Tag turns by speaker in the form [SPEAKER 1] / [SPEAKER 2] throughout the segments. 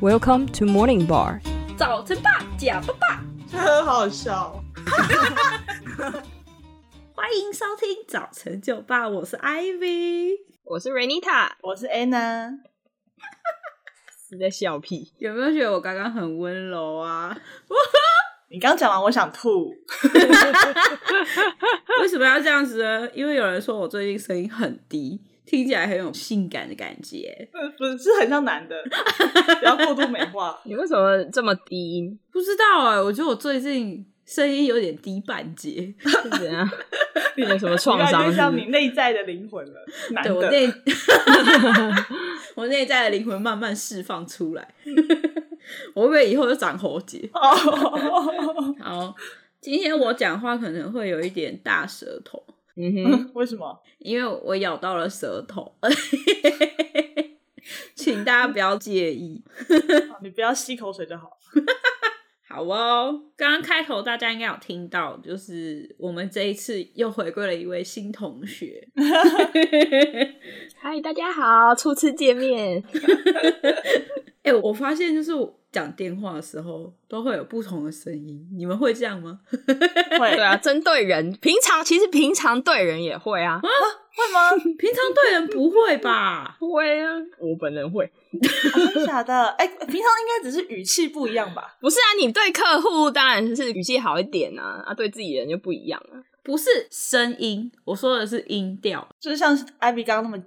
[SPEAKER 1] Welcome to Morning Bar。
[SPEAKER 2] 早晨吧，假爸爸，
[SPEAKER 3] 很 好笑。
[SPEAKER 2] 欢迎收听早晨酒吧，我是 Ivy。
[SPEAKER 4] 我是 Renita，
[SPEAKER 3] 我是 Anna，
[SPEAKER 4] 你在笑屁？
[SPEAKER 2] 有没有觉得我刚刚很温柔 啊？
[SPEAKER 3] 你刚讲完，我想吐。
[SPEAKER 2] 为什么要这样子呢？因为有人说我最近声音很低，听起来很有性感的感觉。
[SPEAKER 3] 不是，是很像男的，不要过度美 化。
[SPEAKER 4] 你为什么这么低音？
[SPEAKER 2] 不知道哎、我觉得我最近声音有点低半截。
[SPEAKER 4] 是怎 样？有什么创
[SPEAKER 3] 你越来
[SPEAKER 4] 伤
[SPEAKER 3] 越
[SPEAKER 4] 是
[SPEAKER 3] 像
[SPEAKER 4] 不
[SPEAKER 3] 你
[SPEAKER 4] 是？
[SPEAKER 3] 内在的灵魂了，男
[SPEAKER 2] 对我
[SPEAKER 3] 的。
[SPEAKER 2] 内， 我内在的灵魂慢慢释放出 来。我会不会以后就长喉结？
[SPEAKER 3] 哦，
[SPEAKER 2] 好，今天我讲话可能会有一点大舌头。
[SPEAKER 4] 嗯哼，
[SPEAKER 3] 为什么？
[SPEAKER 2] 因为我咬到了舌头， 请大家不要介意。
[SPEAKER 3] 你不要吸口水就 好。
[SPEAKER 2] 好哦，刚刚开头大家应该有听到，就是我们这一次又回归了一位新同学，
[SPEAKER 4] 嗨，大家好，初次见面。
[SPEAKER 2] 哎、我发现就是我讲电话的时候都会有不同的声音，你们会这样吗？
[SPEAKER 3] 会
[SPEAKER 4] 对啊，针对人，平常其实平常对人也会啊，
[SPEAKER 3] 会吗？
[SPEAKER 2] 嗯平常对人不会吧？
[SPEAKER 4] 会啊，我本人会。
[SPEAKER 3] 啊 真的假的？哎，平常应该只是语气不一样吧？
[SPEAKER 4] 不是啊，你对客户当然是语气好一点啊，啊，对自己人就不一样啊。
[SPEAKER 2] 不是声音，我说的是音调，
[SPEAKER 3] 就是像艾比刚刚那么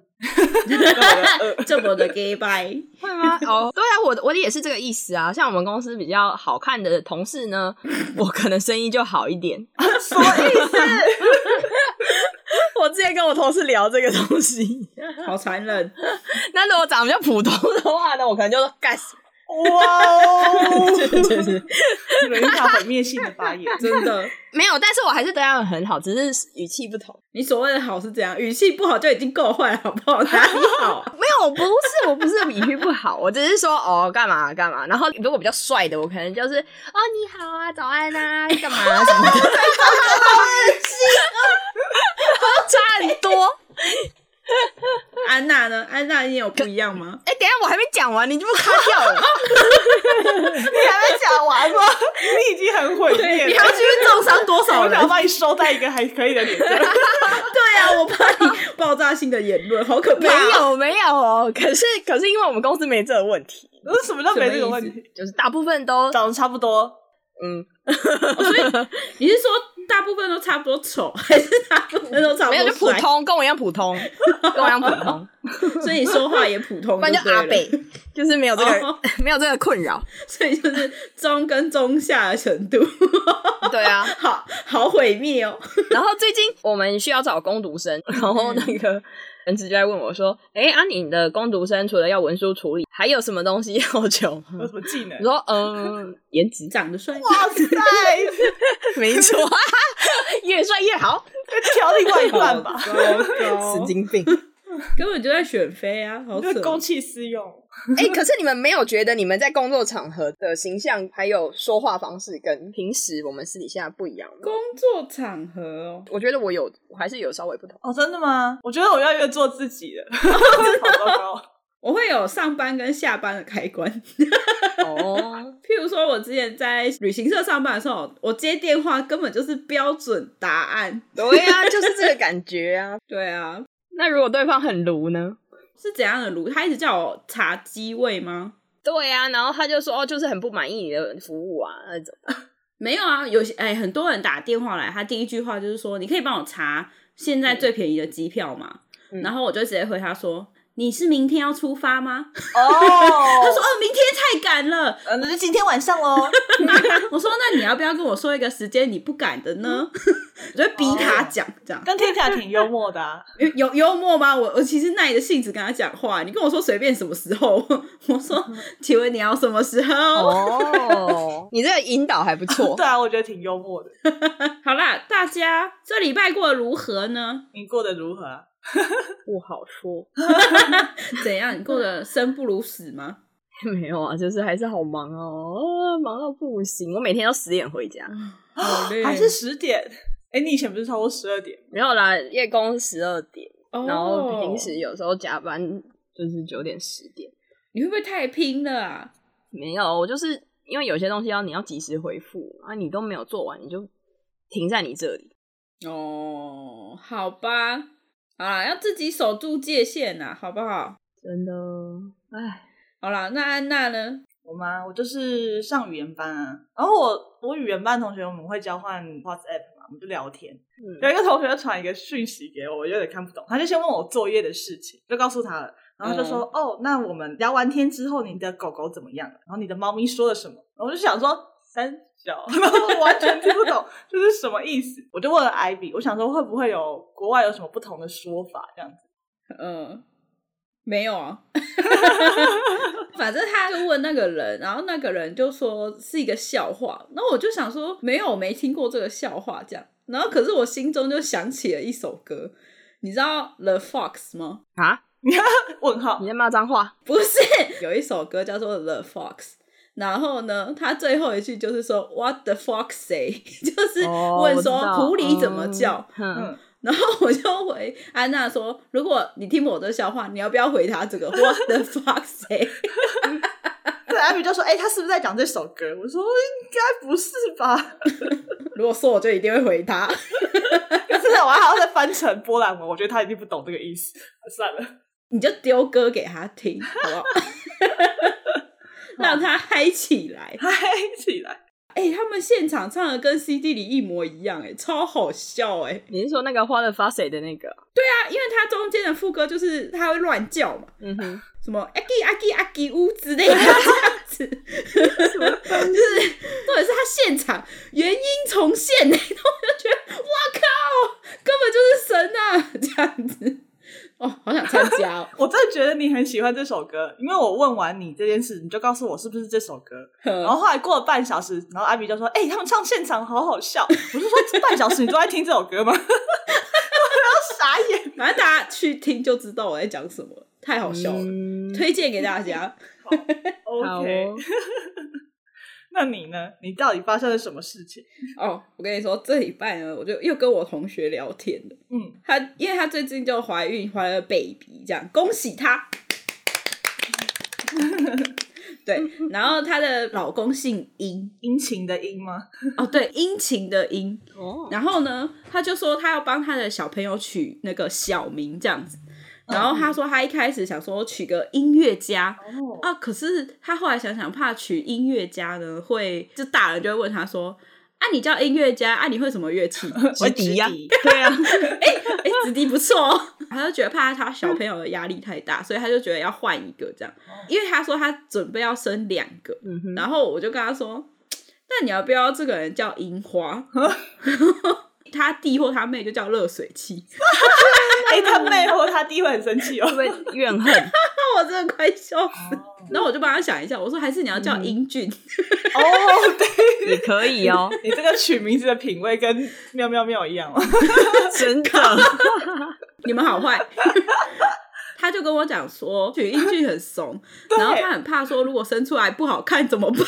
[SPEAKER 3] 那么的
[SPEAKER 2] 这么的 gay 拜。
[SPEAKER 4] 会吗？ 哦，对啊，我我也是这个意思啊。像我们公司比较好看的同事呢，我可能生意就好一点。
[SPEAKER 3] 呃， 什么意思？
[SPEAKER 4] 我之前跟我同事聊这个东西，
[SPEAKER 2] 好残忍！
[SPEAKER 4] 那如果长得比较普通的话呢，我可能就说干死
[SPEAKER 3] 哇哦！
[SPEAKER 2] 真的是
[SPEAKER 3] 人家毁灭性的发 言，
[SPEAKER 2] 真的，
[SPEAKER 4] 没有，但是我还是对他们很好，只是语气不同。
[SPEAKER 2] 你所谓的好是怎样？语气不好就已经够坏了，好不好？哪里好？
[SPEAKER 4] 没有，我不是，我不是语气不好， 我只是说哦，干嘛干嘛。然后如果比较帅的，我可能就是哦，你好啊，早安啊，干嘛、啊、什么 的，差很多。
[SPEAKER 2] 安娜呢？安娜，你有不一样吗？
[SPEAKER 4] 哎、等一下我还没讲完，你就不卡掉了？
[SPEAKER 3] 你还没讲完吗？你已经很毁灭
[SPEAKER 2] 你
[SPEAKER 3] 了
[SPEAKER 2] 还。要继续重伤多少
[SPEAKER 3] 我
[SPEAKER 2] 人
[SPEAKER 3] 想？把你收在一个还可以的点上。
[SPEAKER 2] 对啊，我怕你爆炸性的言论，好可怕！
[SPEAKER 4] 没，有没有哦，可是可是因为我们公司没这个问题，
[SPEAKER 3] 那什么叫没这个问
[SPEAKER 2] 什
[SPEAKER 3] 题？
[SPEAKER 4] 就是大部分都
[SPEAKER 3] 长得差不多，
[SPEAKER 4] 嗯
[SPEAKER 2] 你是说大部分都差不多丑， 还是大部分都差不多
[SPEAKER 4] 没有就普
[SPEAKER 2] 帅？
[SPEAKER 4] 通，跟我一样普通，跟我一样普通。
[SPEAKER 2] 所以你说话也普通，
[SPEAKER 4] 不然就
[SPEAKER 2] 对了
[SPEAKER 4] 阿北，就是没有这个、
[SPEAKER 2] 哦
[SPEAKER 4] 没有这个困扰。
[SPEAKER 2] 所以就是中跟中下的程度，
[SPEAKER 4] 对啊，
[SPEAKER 2] 好好毁灭哦。
[SPEAKER 4] 然后最近我们需要找工读生，然后那个人资就在问我说：“哎、啊，你的工读生除了要文书处理，还有什么东西 要求吗
[SPEAKER 3] 有什么技能？”
[SPEAKER 4] 我说：“嗯，颜值，
[SPEAKER 2] 长得帅，
[SPEAKER 3] 哇塞，
[SPEAKER 4] 没错， 越帅越好，
[SPEAKER 3] 调另外一半吧，
[SPEAKER 2] 糟 糕
[SPEAKER 4] 经病。
[SPEAKER 2] 根本就在选妃啊，好扯
[SPEAKER 3] 就！公器私用。
[SPEAKER 4] 哎、可是你们没有觉得你们在工作场合的形象还有说话方式跟平时我们私底下不一样吗
[SPEAKER 2] 工？作场合哦，
[SPEAKER 4] 我觉得我有，我还是有稍微不同。
[SPEAKER 3] 哦，真的吗？哦我觉得我越来越做自己了， 好糟糕。
[SPEAKER 2] 我会有上班跟下班的开关。
[SPEAKER 4] 哦，
[SPEAKER 2] 譬如说，我之前在旅行社上班的时候，我接电话根本就是标准答案。
[SPEAKER 4] 对呀、就是这个感觉啊。
[SPEAKER 2] 对啊，
[SPEAKER 4] 那如果对方很卢呢？
[SPEAKER 2] 是怎样的路？他一直叫我查机位吗？
[SPEAKER 4] 对啊，然后他就说哦，就是很不满意你的服务啊，那种。
[SPEAKER 2] 没有啊，有些哎、很多人打电话来，他第一句话就是说：“你可以帮我查现在最便宜的机票吗？”
[SPEAKER 4] 嗯
[SPEAKER 2] 然后我就直接回他说：“你是明天要出发吗？”他说：“
[SPEAKER 3] 哦，
[SPEAKER 2] 哦，明天太赶了。
[SPEAKER 3] 呃那就今天晚上 喽。
[SPEAKER 2] 我说：“那你要不要跟我说一个时间你不赶的呢？” 我就逼他讲这样。
[SPEAKER 3] 但听起来挺幽默的啊。
[SPEAKER 2] 有有幽默吗？我我其实耐着性子跟他讲话，你跟我说随便什么时候， 我 说请问你要什么时候？
[SPEAKER 4] 哦， 你这个引导还不错
[SPEAKER 3] 对。啊，我觉得挺幽默的。
[SPEAKER 2] 好啦，大家这礼拜过得如何呢？
[SPEAKER 3] 你过得如何啊？
[SPEAKER 4] 不好说，
[SPEAKER 2] 怎样？你过得生不如死吗？
[SPEAKER 4] 没有啊，就是还是好忙哦，忙到不行。我每天要十点回家，
[SPEAKER 2] 好累，
[SPEAKER 3] 哦还是十点？哎，你以前不是超过十二点？
[SPEAKER 4] 没有啦，夜工十二点，
[SPEAKER 2] 哦
[SPEAKER 4] 然后平时有时候加班就是九点十点。
[SPEAKER 2] 你会不会太拼了啊？
[SPEAKER 4] 没有，我就是因为有些东西要你要及时回复啊，你都没有做完，你就停在你这里。
[SPEAKER 2] 哦，好吧，好啦，要自己守住界限呐，好不好？
[SPEAKER 4] 真的，唉，
[SPEAKER 2] 好啦，那安娜呢？
[SPEAKER 3] 我吗？我就是上语言班啊，然后我我语言班同学我们会交换 WhatsApp 嘛，我们就聊天。有
[SPEAKER 4] 嗯，
[SPEAKER 3] 一个同学传一个讯息给我，我有点看不懂，他就先问我作业的事情，就告诉他了，然后他就说：“哦，那我们聊完天之后，你的狗狗怎么样了？然后你的猫咪说了什么？”然后我就想说三小， 然后我完全听不懂这是什么意思，我就问了艾比，我想说会不会有国外有什么不同的说法这样子？
[SPEAKER 2] 嗯，没 有啊。反正他就问那个人，然后那个人就说是一个笑话，那我就想说没有，我没听过这个笑话这样。然后可是我心中就想起了一首歌，你知道 The Fox 吗？
[SPEAKER 4] 啊，
[SPEAKER 3] 问号
[SPEAKER 4] 你在骂脏话？
[SPEAKER 2] 不是，有一首歌叫做 The Fox。然后呢，他最后一句就是说 What the fox say，就是
[SPEAKER 4] 哦
[SPEAKER 2] 问
[SPEAKER 4] 我知
[SPEAKER 2] 说
[SPEAKER 4] 道
[SPEAKER 2] 狐狸怎么叫。
[SPEAKER 4] 嗯，
[SPEAKER 3] 嗯，
[SPEAKER 2] 然后我就回安娜说：“如果你听不懂这笑话，你要不要回答这个 What the fuck say？”
[SPEAKER 3] 对，艾比就说：“哎、他是不是在讲这首歌？”我说：“哦应该不是吧？
[SPEAKER 2] 如果说，我就一定会回答。
[SPEAKER 3] 可是我还要再翻成波兰文，我觉得他一定不懂这个意思。算了，
[SPEAKER 2] 你就丢歌给他听，好不 好？让他嗨起来。
[SPEAKER 3] 嗨起来。”！
[SPEAKER 2] 哎、他们现场唱的跟 CD 里一模一样、哎，超好笑、哎，
[SPEAKER 4] 你是说那个花了发谁的那个？
[SPEAKER 2] 啊，因为它中间的副歌就是他会乱叫嘛，
[SPEAKER 4] 嗯哼，
[SPEAKER 2] 什么哎啊阿基阿基阿基乌之类的这样子，就是重点是他现场原音重现呢， 然后我就觉得哇靠，根本就是神啊，这 样子。哦，好想参加哦
[SPEAKER 3] 我真的觉得你很喜欢这首歌，因为我问完你这件事，你就告诉我是不是这首歌。然后后来过了半小时，然后阿比就说：“哎、他们唱现场好好笑。”我就说：“这半小时你都在听这首歌吗？” 我要傻眼。
[SPEAKER 2] 反正大家去听就知道我在讲什么了，太好笑了，
[SPEAKER 4] 嗯
[SPEAKER 2] 推荐给大家。
[SPEAKER 4] 好
[SPEAKER 3] OK，、
[SPEAKER 4] 哦，
[SPEAKER 3] 那你呢？你到底发生了什么事情？
[SPEAKER 2] 哦，我跟你说，这礼拜呢，我就又跟我同学聊天了。
[SPEAKER 3] 嗯，
[SPEAKER 2] 她因为她最近就怀孕，怀了 baby，这样恭喜她。 对，然后她的老公姓殷，
[SPEAKER 3] 殷勤的殷吗？
[SPEAKER 2] 哦，对，殷勤的殷。
[SPEAKER 4] 哦，
[SPEAKER 2] 然后呢，她就说她要帮她的小朋友取那个小名这样子。然后她说她一开始想说取个音乐家
[SPEAKER 3] 哦，
[SPEAKER 2] 啊，可是她后来想想，怕取音乐家呢会，就大人就会问她说。啊，你叫音乐家啊？你会什么乐器？
[SPEAKER 4] 直笛呀，对啊，
[SPEAKER 2] 哎、子弟不错哦。他就觉得怕他小朋友的压力太大，所以他就觉得要换一个这样。因为他说他准备要生两个，
[SPEAKER 4] 嗯哼，
[SPEAKER 2] 然后我就跟他说：“那你要不要这个人叫樱 花？”他弟或他妹就叫热水器。
[SPEAKER 3] 哎、他妹或他弟会很生气哦。
[SPEAKER 4] 会不会怨恨？
[SPEAKER 2] 那我真的快笑死。然后我就帮他想一下，我说：“还是你要叫英俊。
[SPEAKER 3] 哦，对，
[SPEAKER 4] 也可以哦，
[SPEAKER 3] 你这个取名字的品味跟妙妙妙一样哦。
[SPEAKER 4] 真的，
[SPEAKER 2] 你们好坏。 他就跟我讲说，取英俊很 怂，然后他很怕说，如果生出来不好看怎么办？ 这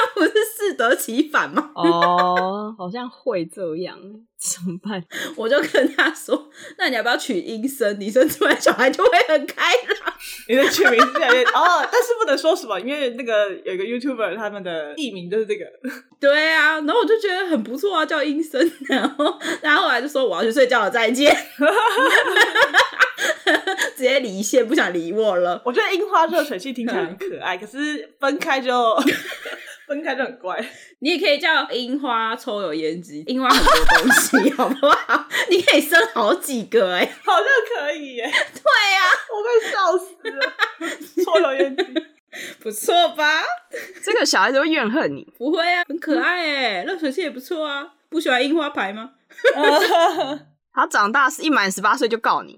[SPEAKER 2] 样不是适得其反吗？
[SPEAKER 4] 哦，好像会这样，怎么办？
[SPEAKER 2] 我就跟他说：“那你要不要取阴生？你生出来小孩就会很开朗。
[SPEAKER 3] 你的取名字越来越哦，但是不能说什么，因为那个有一个 YouTuber 他们的艺名就是这个。”
[SPEAKER 2] 对啊，然后我就觉得很不错啊，叫阴生。 然后他后来就说：“我要去睡觉了，再见。” 直接离线，不想理我了。
[SPEAKER 3] 我觉得樱花热水器听起来很可爱，可是分开 就分开就很怪。
[SPEAKER 2] 你也可以叫樱花抽油烟机，樱花很多东西， 好不好？你可以生好几个哎、
[SPEAKER 3] 好像可以耶，
[SPEAKER 2] 对呀、
[SPEAKER 3] 我被笑死了。抽油烟机，
[SPEAKER 2] 不错吧？
[SPEAKER 4] 这个小孩子会怨恨你，
[SPEAKER 2] 不会啊，很可爱哎、热水器也不错啊。不喜欢樱花牌吗？
[SPEAKER 4] 他长大是一满十八岁就告你，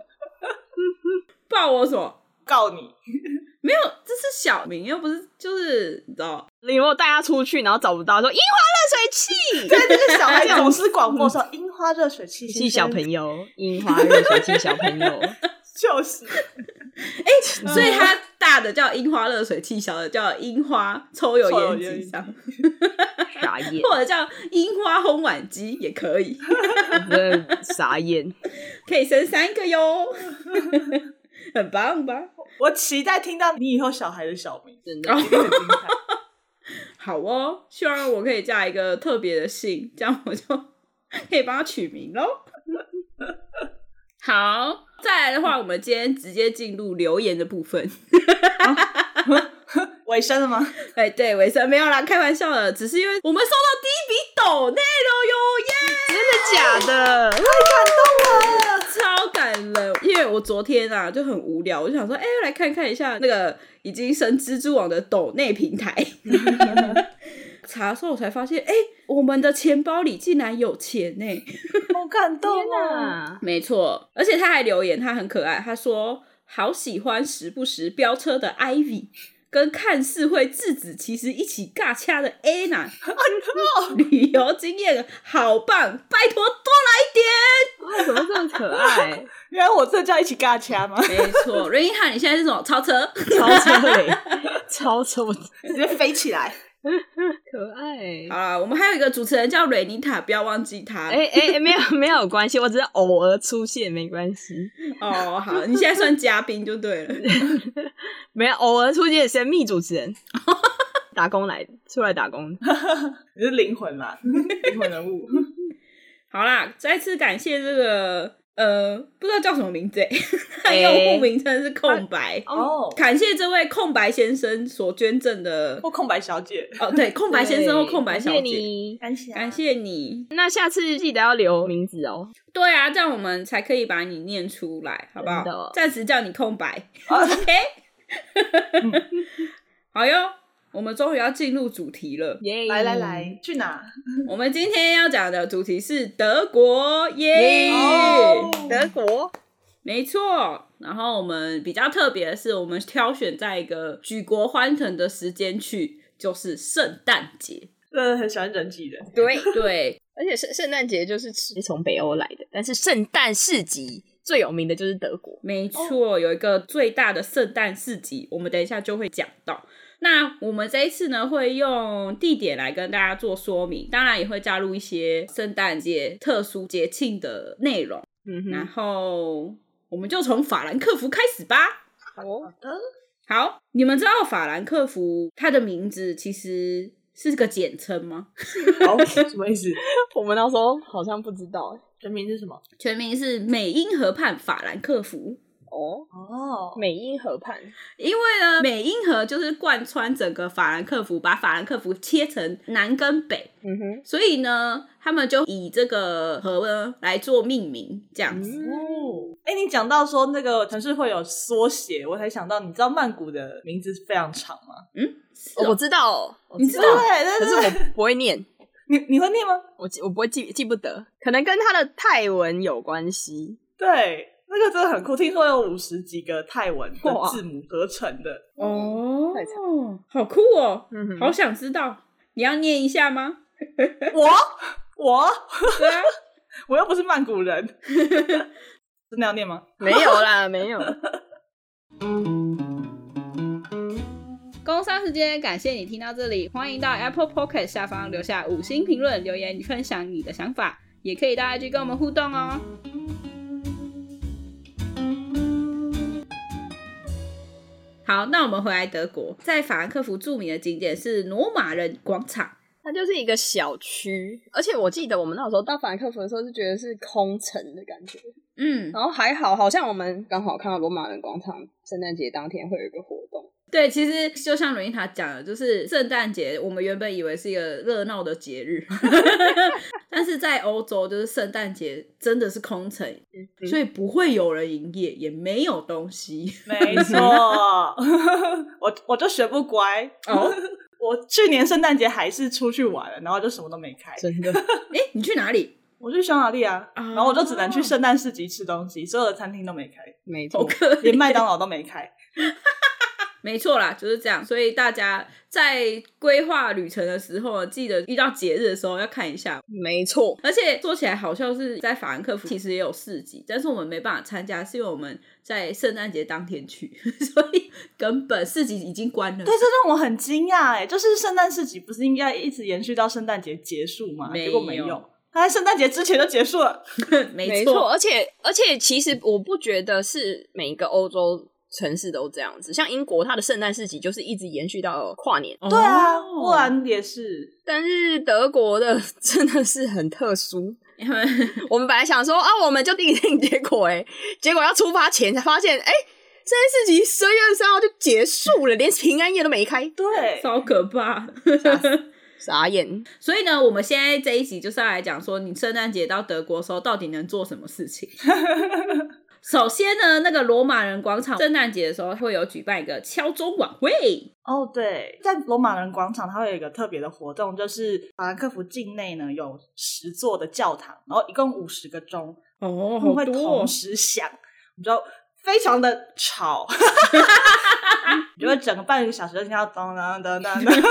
[SPEAKER 2] 抱我什么？
[SPEAKER 3] 告你，
[SPEAKER 2] 没有，这是小明，又不是就是你知道，
[SPEAKER 4] 你如果带他出去，然后找不到，说樱花热水器，
[SPEAKER 3] 对，这个小孩总是广播说 樱花热水器
[SPEAKER 4] 器小朋
[SPEAKER 3] 友，
[SPEAKER 4] 友，樱花热水器小朋友，
[SPEAKER 3] 就是
[SPEAKER 2] 所以他大的叫樱花热水器，小的叫樱花抽油烟机上，
[SPEAKER 4] 傻眼，
[SPEAKER 2] 或者叫樱花烘碗机也可以，
[SPEAKER 4] 真的傻眼，
[SPEAKER 2] 可以生三个哟，很棒吧？
[SPEAKER 3] 我期待听到你以后小孩的小名，
[SPEAKER 4] 真的
[SPEAKER 3] 这。个很精彩。
[SPEAKER 2] 好哦，希望我可以加一个特别的姓，这样我就可以帮他取名喽。好，再来的话，我们今天直接进入留言的部分。
[SPEAKER 3] 尾声了吗？
[SPEAKER 2] 哎，对，尾声没有啦，开玩笑的，只是因为我们收到第一笔抖内了
[SPEAKER 4] 真的假的？
[SPEAKER 2] 哟，耶，超感人。因为我昨天啊就很无聊，我就想说，哎，来看看一下那个已经升蜘蛛网的抖内平台。查的时候我才发现，哎，我们的钱包里竟然有钱呢、
[SPEAKER 3] 好感动
[SPEAKER 4] 天
[SPEAKER 3] 啊！
[SPEAKER 4] 哪！
[SPEAKER 2] 没错，而且他还留言，他很可爱，他说好喜欢时不时飙车的 Ivy。跟看似会制止，其实一起尬掐的 Anna，旅游经验好棒，拜托多
[SPEAKER 4] 哇，怎么这么可爱？
[SPEAKER 3] 原来我这叫一起尬掐吗？
[SPEAKER 2] 来一点。没错 r a i n h a 你现在是什么超车？
[SPEAKER 4] 超车嘞，超车，我
[SPEAKER 3] 直接飞起来！
[SPEAKER 4] 可爱。
[SPEAKER 2] 好啦，我们还有一个主持人叫瑞妮塔，不要忘记她。
[SPEAKER 4] 哎哎哎，没有没有关系，我只是偶尔出现，没关系。
[SPEAKER 2] 哦，好，你现在算嘉宾就对了。
[SPEAKER 4] 没有偶尔出现神秘主持 人，打工来出来打工。
[SPEAKER 3] 你是灵魂啦，灵魂人物。
[SPEAKER 2] 好啦，再次感谢这个呃，不知道叫什么名字、欸，他
[SPEAKER 4] 哎
[SPEAKER 2] 用户名称是空白。
[SPEAKER 3] 哦，
[SPEAKER 2] 感谢这位空白先生所捐赠的
[SPEAKER 3] 或空白小姐，
[SPEAKER 2] 哦，对，空白先生或空白小
[SPEAKER 4] 谢谢
[SPEAKER 2] 姐，
[SPEAKER 4] 你。
[SPEAKER 3] 感谢
[SPEAKER 2] 感。谢你。
[SPEAKER 4] 那下次记得要留名字哦。
[SPEAKER 2] 对啊，这样我们才可以把你念出来，好不好
[SPEAKER 4] 真的？哦
[SPEAKER 2] 暂时叫你空白
[SPEAKER 3] 啊
[SPEAKER 2] ，OK？好哟，我们终于要进入主题了。
[SPEAKER 4] 耶、
[SPEAKER 3] 来来，来，去哪？
[SPEAKER 2] 我们今天要讲的主题是德国，耶、
[SPEAKER 4] 耶
[SPEAKER 3] 哦
[SPEAKER 4] 德国
[SPEAKER 2] 没错，然后我们比较特别的是，我们挑选在一个举国欢腾的时间去，就是圣诞节。
[SPEAKER 3] 真的很喜欢人挤人。
[SPEAKER 4] 对，
[SPEAKER 2] 对，
[SPEAKER 4] 而且圣圣诞节就是吃从北欧来的，但是圣诞市集最有名的就是德国。
[SPEAKER 2] 没错，有一个最大的圣诞市集，我们等一下就会讲到。那我们这一次呢，会用地点来跟大家做说明，当然也会加入一些圣诞节特殊节庆的内容。
[SPEAKER 4] 嗯
[SPEAKER 2] 然后，我们就从法兰克福开始吧。
[SPEAKER 4] 哼，哦，
[SPEAKER 3] 的，
[SPEAKER 2] 好，你们知道法兰克福它的名字其实是个简称吗？
[SPEAKER 3] 好，什么意思？
[SPEAKER 4] 我们那时候好像不知道哎。
[SPEAKER 3] 人名是什么？
[SPEAKER 2] 全名是美因河畔法兰克福。
[SPEAKER 4] 哦，
[SPEAKER 3] 哦，
[SPEAKER 4] 美英河畔，
[SPEAKER 2] 因为呢，美因河就是贯穿整个法兰克福，把法兰克福切成南跟北，
[SPEAKER 4] 嗯哼，
[SPEAKER 2] 所以呢，他们就以这个河呢来做命名，这样子。
[SPEAKER 4] 嗯
[SPEAKER 3] 哦，哎，你讲到说那个城市会有缩写，我才想到，你知道曼谷的名字非常长吗？
[SPEAKER 2] 是
[SPEAKER 4] 哦
[SPEAKER 2] 哦
[SPEAKER 4] 我知道哦，我
[SPEAKER 2] 你知
[SPEAKER 3] 对
[SPEAKER 2] 道
[SPEAKER 4] 可
[SPEAKER 3] 对
[SPEAKER 4] 是
[SPEAKER 3] 对，
[SPEAKER 4] 我不会念，
[SPEAKER 3] 你你会念吗？
[SPEAKER 4] 我记我不会记记不得，可能跟他的泰文有关系。
[SPEAKER 3] 对，那个真的很酷，听说有五十几个泰文的
[SPEAKER 4] 哇
[SPEAKER 3] 字母合成的。
[SPEAKER 2] 哦
[SPEAKER 4] 太长
[SPEAKER 2] 好酷哦，
[SPEAKER 4] 嗯哼
[SPEAKER 2] 好想知道。你要念一下吗？
[SPEAKER 3] 我我
[SPEAKER 2] 对啊，
[SPEAKER 3] 我又不是曼谷人， 真的要念吗？
[SPEAKER 4] 没有啦， 没有。
[SPEAKER 2] 工商时间，感谢你听到这里，欢迎到 Apple Pocket 下方留下五星评论，留言分享你的想法，也可以到 IG 跟我们互动哦。好，那我们回来德国，在法兰克福著名的景点是罗马人广场。
[SPEAKER 4] 它就是一个小区，而且我记得我们那时候到法兰克福的时候是觉得是空城的感觉，
[SPEAKER 2] 嗯，
[SPEAKER 4] 然后还好，好像我们刚好看到罗马人广场圣诞节当天会有一个活动，
[SPEAKER 2] 对，其实就像伦伊塔讲的，就是圣诞节，我们原本以为是一个热闹的节日， 但是在欧洲，就是圣诞节真的是空城，
[SPEAKER 4] 嗯
[SPEAKER 2] 所以不会有人营业，也没有东西。
[SPEAKER 3] 没错， 我我就学不乖。
[SPEAKER 2] 嗯哦，
[SPEAKER 3] 我去年圣诞节还是出去玩了，然后就什么都没开。
[SPEAKER 4] 真 的
[SPEAKER 2] 哎，你去哪里？
[SPEAKER 3] 我去匈牙利啊，
[SPEAKER 2] 啊
[SPEAKER 3] 然后我就只能去圣诞市集吃东西，所有的餐厅 都没开，
[SPEAKER 4] 没
[SPEAKER 2] 好
[SPEAKER 4] 错，
[SPEAKER 2] 可
[SPEAKER 3] 连
[SPEAKER 2] 怜。
[SPEAKER 3] 麦当劳都没开。
[SPEAKER 2] 没错啦，就是这样。所以大家在规划旅程的时候，记得遇到节日的时候要看一下。
[SPEAKER 4] 没错，
[SPEAKER 2] 而且说起来好笑是，在法兰克福其实也有市集，但是我们没办法参加，是因为我们在圣诞节当天去， 所以根本市集已经关了
[SPEAKER 3] 对，。这让我很惊讶哎，就是圣诞市集不是应该一直延续到圣诞节结束吗？
[SPEAKER 2] 没有哦
[SPEAKER 3] 结果没有，它在圣诞节之前就结束了。
[SPEAKER 2] 没
[SPEAKER 4] 没错，
[SPEAKER 2] 错，
[SPEAKER 4] 而且而且其实我不觉得是每一个欧洲城市都这样子。像英国，它的圣诞市集就是一直延续到跨年，
[SPEAKER 3] 对啊，
[SPEAKER 2] 哦
[SPEAKER 3] 波兰也是，
[SPEAKER 4] 但是德国的 真的是很特殊。
[SPEAKER 2] 因为
[SPEAKER 4] 我们本来想说啊，我们就定一定，结果哎、结果要出发前才发现，哎、这件事情十二月三号就结束了，连平安夜都没开，
[SPEAKER 3] 对，
[SPEAKER 2] 超可怕。
[SPEAKER 4] 傻眼。
[SPEAKER 2] 所以呢，我们现在这一集就是要来讲说，你圣诞节到德国的时候到底能做什么事情。 首先呢，那个罗马人广场圣诞节的时候会有举办一个敲钟晚会，
[SPEAKER 3] 哦，对，在罗马人广场，它会有一个特别的活动，就是法兰克福境内呢有十座的教堂，然后一共五十个钟，
[SPEAKER 2] 哦
[SPEAKER 3] 他们会同时响，你知道，非常的吵，你就会整个半个小时就听到当当当当当，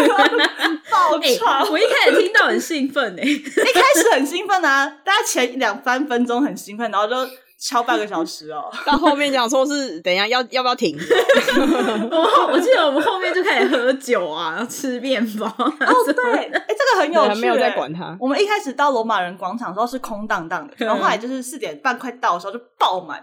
[SPEAKER 3] 爆
[SPEAKER 2] 哎、
[SPEAKER 3] 吵。
[SPEAKER 2] 我一开始听到很兴奋哎、
[SPEAKER 3] 一开始很兴奋啊，大家前两三分钟很兴奋，然后就敲半个小时哦。
[SPEAKER 4] 到后面讲说是等一下要要不要停？
[SPEAKER 2] 我后我记得我们后面就开始喝酒啊，然后吃面包、啊，
[SPEAKER 3] 哦，对， 哎，这个很有
[SPEAKER 4] 对
[SPEAKER 3] 趣，
[SPEAKER 4] 没有欸在
[SPEAKER 3] 哎
[SPEAKER 4] 管它
[SPEAKER 3] 我们一开始到罗马人广场的时候是空荡荡的，然后后来就是四点半快到的时候就爆满，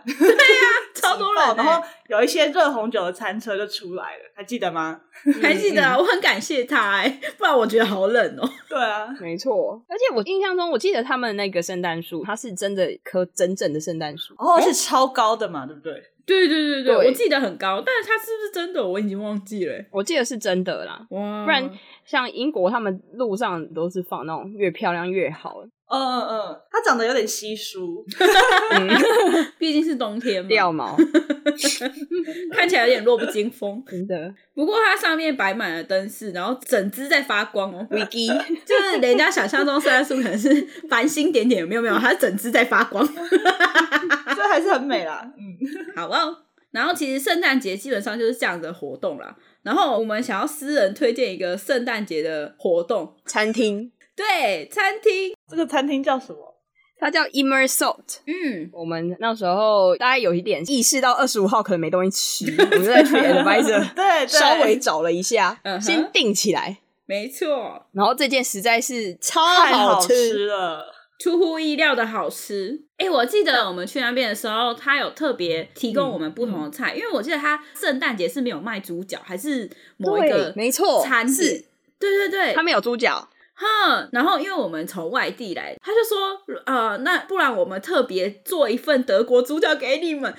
[SPEAKER 2] 超多人、
[SPEAKER 3] 爆
[SPEAKER 2] 欸，
[SPEAKER 3] 然后有一些热红酒的餐车就出来了，还记得吗？
[SPEAKER 2] 还记得、啊，我很感谢他哎、不然我觉得好冷哦、
[SPEAKER 3] 对啊，
[SPEAKER 4] 没错，而且我印象中，我记得他们那个圣诞树，它是真的一棵真正的圣诞树。
[SPEAKER 3] 然后而且超高的嘛，对不对？
[SPEAKER 2] 对对对对，
[SPEAKER 4] 对
[SPEAKER 2] 我记得很高，但是他是不是真的，我已经忘记了、欸。
[SPEAKER 4] 我记得是真的啦，
[SPEAKER 2] 哇，
[SPEAKER 4] 不然像英国他们路上都是放那种越漂亮越好，
[SPEAKER 3] 嗯嗯嗯，它长得有点稀疏，
[SPEAKER 4] 嗯、
[SPEAKER 2] 毕竟是冬天嘛
[SPEAKER 4] 掉，毛，
[SPEAKER 2] 看起来有点弱不禁风。
[SPEAKER 4] 真的。
[SPEAKER 2] 不过它上面摆满了灯饰，然后整只在发光哦，
[SPEAKER 4] v i
[SPEAKER 2] 就是人家想象中圣诞树可能是繁星点点，有没有没有？它整只在发光，
[SPEAKER 3] 这还是很美啦。嗯，
[SPEAKER 2] 好哦。然后其实圣诞节基本上就是这样子的活动啦。然后我们想要私人推荐一个圣诞节的活动，
[SPEAKER 4] 餐厅，
[SPEAKER 2] 对，餐厅，
[SPEAKER 3] 这个餐厅叫什么？
[SPEAKER 4] 它叫 Immer Salt。
[SPEAKER 2] 嗯，
[SPEAKER 4] 我们那时候大概有一点意识到二十五号可能没东西吃，我们就在 TripAdvisor
[SPEAKER 3] 对，对
[SPEAKER 4] 稍微找了一下
[SPEAKER 2] 嗯哼
[SPEAKER 4] 先定起来。
[SPEAKER 2] 没错，
[SPEAKER 4] 然后这件实在是超
[SPEAKER 3] 太好
[SPEAKER 4] 吃，
[SPEAKER 3] 吃了。
[SPEAKER 2] 出乎意料的好吃。哎、我记得我们去那边的时候，他有特别提供我们不同的菜，因为我记得他圣诞节是没有卖猪脚，还是某一
[SPEAKER 4] 对
[SPEAKER 2] 个，
[SPEAKER 4] 没错，
[SPEAKER 2] 餐
[SPEAKER 4] 是
[SPEAKER 2] 是。对对对，
[SPEAKER 4] 他们有猪脚，
[SPEAKER 2] 哼，然后因为我们从外地来，他就说，呃，那不然我们特别做一份德国猪脚给你们，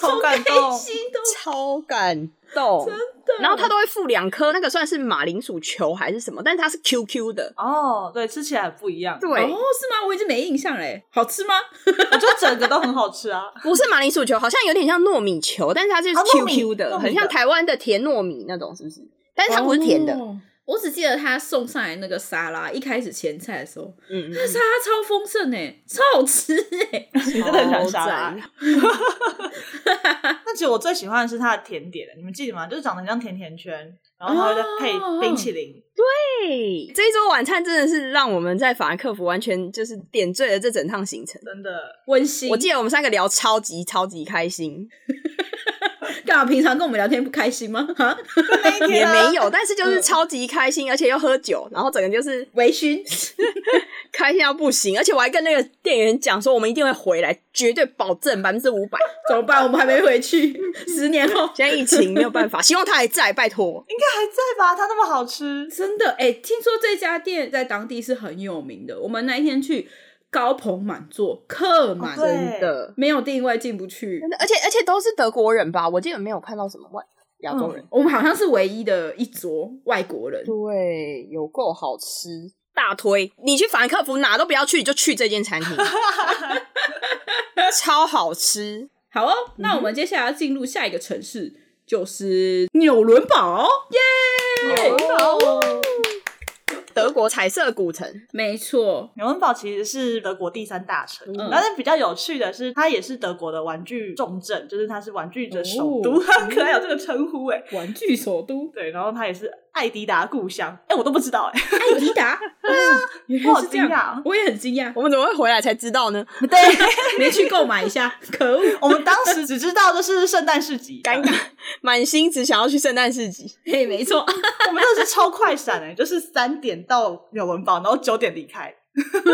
[SPEAKER 3] 好感
[SPEAKER 2] 开
[SPEAKER 3] 动，
[SPEAKER 2] 心都
[SPEAKER 4] 超感动。
[SPEAKER 2] 的。
[SPEAKER 4] 然后他都会附两颗，那个算是马铃薯球还是什么，但是它是 QQ 的。
[SPEAKER 3] 哦，对，吃起来很不一 样，
[SPEAKER 4] 对，
[SPEAKER 2] 哦，是吗？我已经没印象嘞，好吃吗？
[SPEAKER 3] 我觉得整个都很好吃啊。
[SPEAKER 4] 不是马铃薯球，好像有点像糯米球，但是它就是
[SPEAKER 3] 啊糯米
[SPEAKER 4] QQ 的，
[SPEAKER 3] 糯米的
[SPEAKER 4] 很像台湾的甜糯米那种，是不是？但是它不是甜的，
[SPEAKER 2] 哦我只记得他送上来那个沙拉，一开始前菜的时候，
[SPEAKER 4] 嗯，
[SPEAKER 2] 那沙拉超丰盛哎，超好吃哎，
[SPEAKER 3] 你真的很喜欢沙
[SPEAKER 4] 超
[SPEAKER 3] 拉
[SPEAKER 4] 赞。
[SPEAKER 3] 那其实我最喜欢的是它的甜点，你们记得吗？就是长得很像甜甜圈，然后它会再配
[SPEAKER 2] 哦
[SPEAKER 3] 冰淇淋。
[SPEAKER 4] 对，哎这一桌晚餐真的是让我们在法兰克福完全就是点缀了这整趟行程。
[SPEAKER 3] 真的，
[SPEAKER 2] 温馨。
[SPEAKER 4] 我记得我们三个聊超级超级开心，
[SPEAKER 2] 干嘛平常跟我们聊天不开心吗？哈，
[SPEAKER 3] 那一
[SPEAKER 4] 也
[SPEAKER 3] 天啊
[SPEAKER 4] 没有，但是就是超级开心，而且又喝酒，然后整个就是
[SPEAKER 2] 微 醺，
[SPEAKER 4] 开心到不行，而且我还跟那个店员讲说，我们一定会回来，绝对保证百分之五百。
[SPEAKER 2] 怎么办？我们还没回去， 十年后。
[SPEAKER 4] 现在疫情没有办 法，希望他还在，拜托。
[SPEAKER 3] 应该还在吧？它那么好吃，
[SPEAKER 2] 真的哎、听说这家店在当地是很有名的。我们那一天去，高朋满座，客满，
[SPEAKER 3] 哦对
[SPEAKER 4] 真的，
[SPEAKER 2] 没有定位进不去
[SPEAKER 4] 真。的，而且而且都是德国人吧？我记得没有看到什么外亚洲人。
[SPEAKER 2] 我们好像是唯一的一桌外国人，
[SPEAKER 4] 对，有够好吃，大推！你去法兰克福哪都不要去，你就去这间餐 厅，超好吃。
[SPEAKER 2] 好
[SPEAKER 3] 嗯
[SPEAKER 2] 哦，那我们接下来要进入下一个城市，就是纽伦堡，耶、
[SPEAKER 3] 纽伦堡
[SPEAKER 4] 德国彩色古城，
[SPEAKER 2] 没错，
[SPEAKER 3] 纽伦堡其实是德国第三大城，
[SPEAKER 2] 嗯
[SPEAKER 3] 但是比较有趣的是，它也是德国的玩具重镇，就是它是玩具的首都，
[SPEAKER 2] 哦
[SPEAKER 3] 很可爱有这个称呼哎。
[SPEAKER 2] 玩具首都
[SPEAKER 3] 对，然后它也是艾迪达故乡，哎，我都不知道哎，
[SPEAKER 2] 艾迪 达，嗯原来是这
[SPEAKER 3] 我好
[SPEAKER 2] 样
[SPEAKER 3] 惊讶，哦
[SPEAKER 2] 我也很惊讶，
[SPEAKER 4] 我们怎么会回来才知道呢？
[SPEAKER 2] 对，没去购买一下，可恶！
[SPEAKER 3] 我们当时只知道这是圣诞市集，
[SPEAKER 4] 尴尬，满心只想要去圣诞市 集。
[SPEAKER 2] 嘿，没错，
[SPEAKER 3] 我们真的是超快闪哎、就是三点到纽文堡，然后九点离开。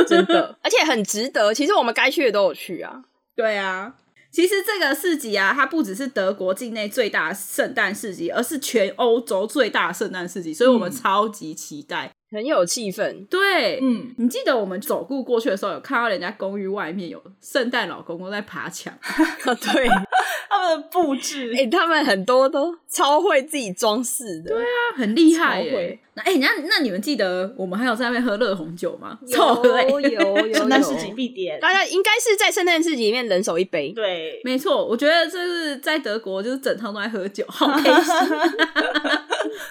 [SPEAKER 4] 真的，而且很值得。其实我们该去的都有去啊，
[SPEAKER 2] 对啊。其实这个市集啊，它不只是德国境内最大的圣诞市集，而是全欧洲最大的圣诞市集，所以我们
[SPEAKER 3] 嗯
[SPEAKER 2] 超级期待。
[SPEAKER 4] 很有气氛。
[SPEAKER 2] 对，
[SPEAKER 3] 嗯，
[SPEAKER 2] 你记得我们走过过去的时候，有看到人家公寓外面有圣诞老公公在爬墙，
[SPEAKER 4] 对，
[SPEAKER 3] 他们的布置，
[SPEAKER 4] 哎、他们很多都超会自己装饰的。对啊，
[SPEAKER 2] 他很厉害
[SPEAKER 4] 超
[SPEAKER 2] 耶
[SPEAKER 4] 会。
[SPEAKER 2] 那哎、那那你们记得我们还有在那边喝热红酒吗？超喝哎、
[SPEAKER 4] 有有有，
[SPEAKER 3] 圣诞市集必点。
[SPEAKER 4] 大家应该是在圣诞市集里面人手一杯。
[SPEAKER 3] 对，
[SPEAKER 2] 没错，我觉得这是在德国，就是整趟都在喝酒，好开心，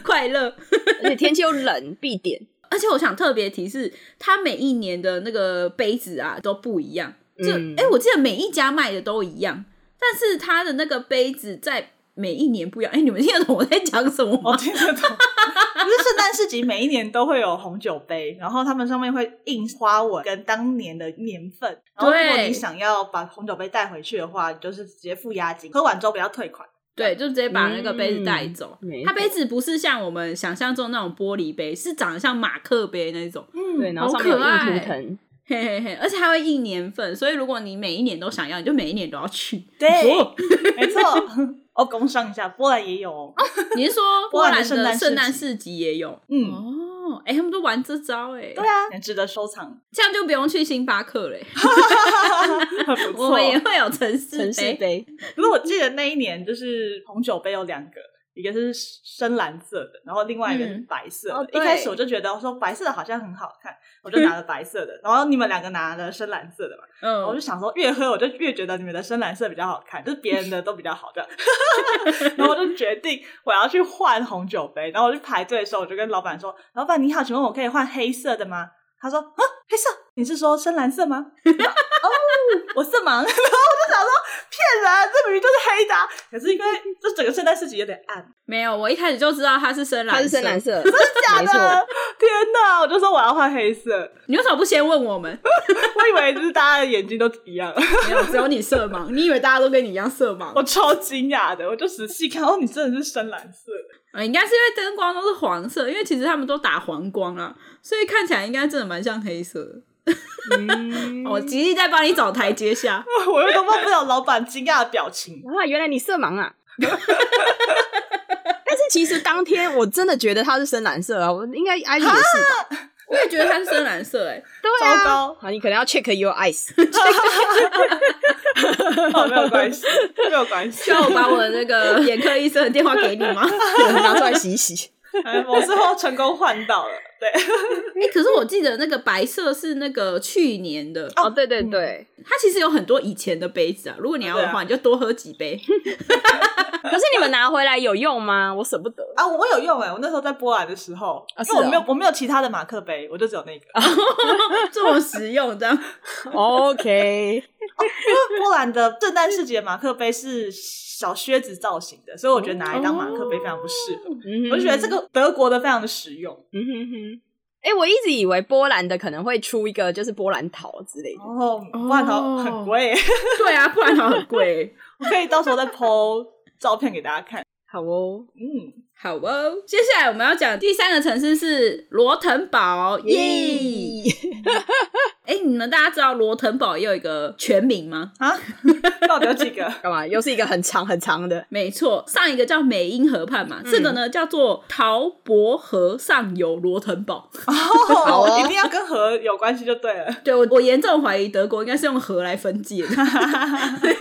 [SPEAKER 2] 快乐。
[SPEAKER 4] 而且天气又冷，必点。
[SPEAKER 2] 而且我想特别提示，它每一年的那个杯子啊都不一样。 就哎、
[SPEAKER 4] 嗯
[SPEAKER 2] 诶我记得每一家卖的都一样，但是它的那个杯子在每一年不一样。哎、你们听得懂我在讲什么
[SPEAKER 3] 我
[SPEAKER 2] 吗？
[SPEAKER 3] 听 得懂。不是圣诞市集每一年都会有红酒杯，然后他们上面会印花纹跟当年的年份。然后如果
[SPEAKER 2] 对
[SPEAKER 3] 你想要把红酒杯带回去的话，你就是直接付押金，喝完之后不要退款。
[SPEAKER 2] 对，就直接把那个杯子带走。
[SPEAKER 4] 没
[SPEAKER 2] 它
[SPEAKER 4] 错
[SPEAKER 2] 杯子不是像我们想象中那种玻璃杯，是长得像马克杯那种，
[SPEAKER 3] 嗯
[SPEAKER 4] 对，然后
[SPEAKER 2] 好
[SPEAKER 4] 上面有
[SPEAKER 2] 可爱
[SPEAKER 4] 印图腾，
[SPEAKER 2] 嘿嘿嘿，而且它会印年份，所以如果你每一年都想要，你就每一年都要去。
[SPEAKER 3] 对
[SPEAKER 2] 哦
[SPEAKER 3] 没错。 哦，工商一下，波兰也有哦。
[SPEAKER 2] 你 是说波
[SPEAKER 3] 波兰
[SPEAKER 2] 兰
[SPEAKER 3] 的
[SPEAKER 2] 的圣
[SPEAKER 3] 圣
[SPEAKER 2] 诞
[SPEAKER 3] 诞
[SPEAKER 2] 市集也有？
[SPEAKER 3] 嗯，
[SPEAKER 2] 哦，哎、他们都玩这招哎、
[SPEAKER 3] 对啊，很值得收 藏，
[SPEAKER 2] 这样就不用去星巴克 嘞、
[SPEAKER 3] 很不
[SPEAKER 2] 我
[SPEAKER 3] 错
[SPEAKER 2] 们。也会有城市
[SPEAKER 4] 城市
[SPEAKER 2] 杯。
[SPEAKER 4] 杯，
[SPEAKER 3] 可是我记得那一年就是红酒杯有两个，一个是深蓝色的，然后另外一个是白色
[SPEAKER 4] 嗯哦
[SPEAKER 3] 的。
[SPEAKER 4] 对
[SPEAKER 3] 一开始我就觉得我说白色的好像很好看，我就拿了白色的，然后你们两个拿了深蓝色的嘛，然后我
[SPEAKER 2] 嗯
[SPEAKER 3] 就，想说越喝我就越觉得你们的深蓝色比较好看，就是别人的都比较好的， 然后我就决定我要去换红酒杯，然后我去排队的时候我就跟老板说：“老板你好，请问我可以换黑色的吗？”他说：“啊，黑色，你是说深蓝色吗？” 我说哦，我色 盲，然后我就想说骗人，这明明就是黑的啊、可是因为这整个圣诞市集有点暗，
[SPEAKER 2] 没有，我一开始就知道它是深蓝，
[SPEAKER 4] 它是深蓝
[SPEAKER 2] 色。
[SPEAKER 4] 色，真的
[SPEAKER 3] 假
[SPEAKER 4] 没
[SPEAKER 3] 的
[SPEAKER 4] 错，，
[SPEAKER 3] 天哪！我就说我要换黑色，
[SPEAKER 2] 你为什么不先问我 们？
[SPEAKER 3] 我以为就是大家的眼睛都一样。
[SPEAKER 2] 没有，只有你色盲，你以为大家都跟你一样色盲？
[SPEAKER 3] 我超惊讶的，我就仔细看，哦，你真的是深蓝色，
[SPEAKER 2] 呃，应该是因为灯光都是黄色，因为其实他们都打黄光啊，所以看起来应该真的蛮像黑色的。
[SPEAKER 4] 嗯
[SPEAKER 2] 我极力在帮你找台阶下，
[SPEAKER 3] 我又都忘不了老板惊讶的表情。
[SPEAKER 4] 啊，原来你色盲啊！ 但是其实当天我真的觉得它是深蓝色啊，我应该 I 也是吧？
[SPEAKER 2] 我也觉得它是深蓝色、哎，
[SPEAKER 4] 对啊，
[SPEAKER 3] 糟糕
[SPEAKER 4] 好，你可能要 check your eyes。
[SPEAKER 3] 哦， 没有关 系，没有关系
[SPEAKER 2] 需。要我把我的那 个眼科医生的电话给你吗？
[SPEAKER 4] 拿出来洗一洗。
[SPEAKER 3] 哎我最后成功换到了，对，
[SPEAKER 2] 哎、可是我记得那个白色是那个去年的，
[SPEAKER 4] 哦，对对对，
[SPEAKER 2] 它其实有很多以前的杯子啊。如果你要的话，
[SPEAKER 3] 对啊
[SPEAKER 2] 你就多喝几杯。嗯
[SPEAKER 4] 可是你们拿回来有用吗？我舍不 得。
[SPEAKER 3] 啊，我有用哎、我那时候在波兰的时候，
[SPEAKER 4] 啊
[SPEAKER 3] 因为我
[SPEAKER 4] 是哦
[SPEAKER 3] 没有我没有其他的马克杯，我就只有那个。
[SPEAKER 2] 这么实用，这样
[SPEAKER 4] OK，
[SPEAKER 3] 因为波兰的圣诞市集的马克杯是小靴子造型的，所以我觉得拿来当马克杯非常不适合。
[SPEAKER 4] 嗯
[SPEAKER 3] 我就觉得这，个德国的非常的实用。
[SPEAKER 4] 嗯哼哼。哎、我一直以为波兰的可能会出一个就是波兰桃之类的，
[SPEAKER 3] 然后罐头很贵，
[SPEAKER 2] 对啊，不然它很贵。
[SPEAKER 3] 我可以到时候再 PO 照片给大家看。
[SPEAKER 4] 好哦，
[SPEAKER 3] 嗯，
[SPEAKER 2] 好哦，接下来我们要讲第三个城市是罗滕堡，耶！哎、你们大家知道罗滕堡也有一个全名吗？
[SPEAKER 3] 啊， 到底有几 个？
[SPEAKER 4] 干嘛？又是一个很长很长的，
[SPEAKER 2] 没错，上一个叫美因河畔嘛，这个呢叫做陶伯河上游罗滕堡。
[SPEAKER 4] 好
[SPEAKER 3] 哦
[SPEAKER 4] 哦，
[SPEAKER 3] 一定要跟河有关系就对了。
[SPEAKER 2] 对我，我严重怀疑德国应该是用河来分界的，